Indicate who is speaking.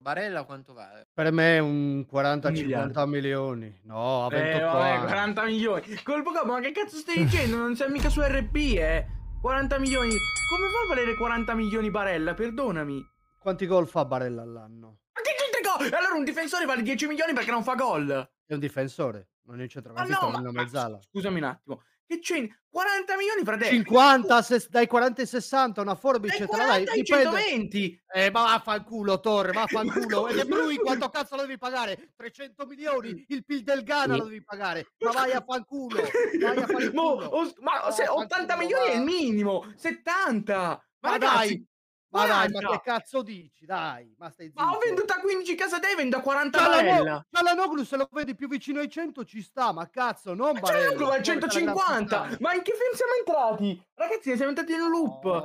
Speaker 1: Barella quanto vale?
Speaker 2: Per me un
Speaker 3: Un miliardo.
Speaker 2: 40-50 milioni. No, a
Speaker 3: Eh,
Speaker 2: 28
Speaker 3: vabbè,
Speaker 2: anni.
Speaker 3: 40 milioni. Colpo capo, ma che cazzo stai dicendo? Non sei mica su RP, eh. 40 milioni. Come fa a valere 40 milioni Barella? Perdonami. Ma
Speaker 2: Quanti gol fa Barella all'anno?
Speaker 3: che c'entra gol? E Allora un difensore vale 10 milioni perché non fa gol.
Speaker 2: È un difensore, non è un
Speaker 3: Ma
Speaker 2: centrocampista,
Speaker 3: no,
Speaker 2: non è
Speaker 3: ma,
Speaker 2: una
Speaker 3: ma
Speaker 2: mezzala.
Speaker 3: s- scusami un attimo. Che c'entra? 40 milioni, fratello.
Speaker 2: 50, se- dai 40 ai 60, una forbice
Speaker 3: Dai
Speaker 2: te la dai.
Speaker 3: 40 ai
Speaker 2: dipende-
Speaker 3: 120.
Speaker 2: Eh, ma vaffanculo, Torre, vaffanculo.
Speaker 3: Ma
Speaker 2: Ed è
Speaker 3: come-
Speaker 2: lui quanto cazzo lo devi pagare? 300 milioni, il PIL del Ghana lo devi pagare. Ma vai a fanculo, vai a fare
Speaker 3: Mo-
Speaker 2: culo.
Speaker 3: os- ma
Speaker 2: Vai
Speaker 3: se-
Speaker 2: a
Speaker 3: 80
Speaker 2: fanculo,
Speaker 3: milioni è
Speaker 2: va.
Speaker 3: il minimo. 70. Ma,
Speaker 2: Ma
Speaker 3: ragazzi,
Speaker 2: dai, Ma dai, ma
Speaker 3: 40.
Speaker 2: che cazzo dici? Dai, ma stai zitto.
Speaker 3: Ma ho venduto a 15 casa te e vendo a 40
Speaker 2: Cioè,
Speaker 3: Barella.
Speaker 2: Cialanoglu, Cialanoglu se lo vedi più vicino ai 100 ci sta, ma cazzo, non
Speaker 3: Ma c'è
Speaker 2: Barella.
Speaker 3: l'angolo
Speaker 2: Come
Speaker 3: al
Speaker 2: te la danno
Speaker 3: 150!
Speaker 2: sul cazzo?
Speaker 3: Ma in che film siamo entrati? Ragazzi, siamo entrati in un loop!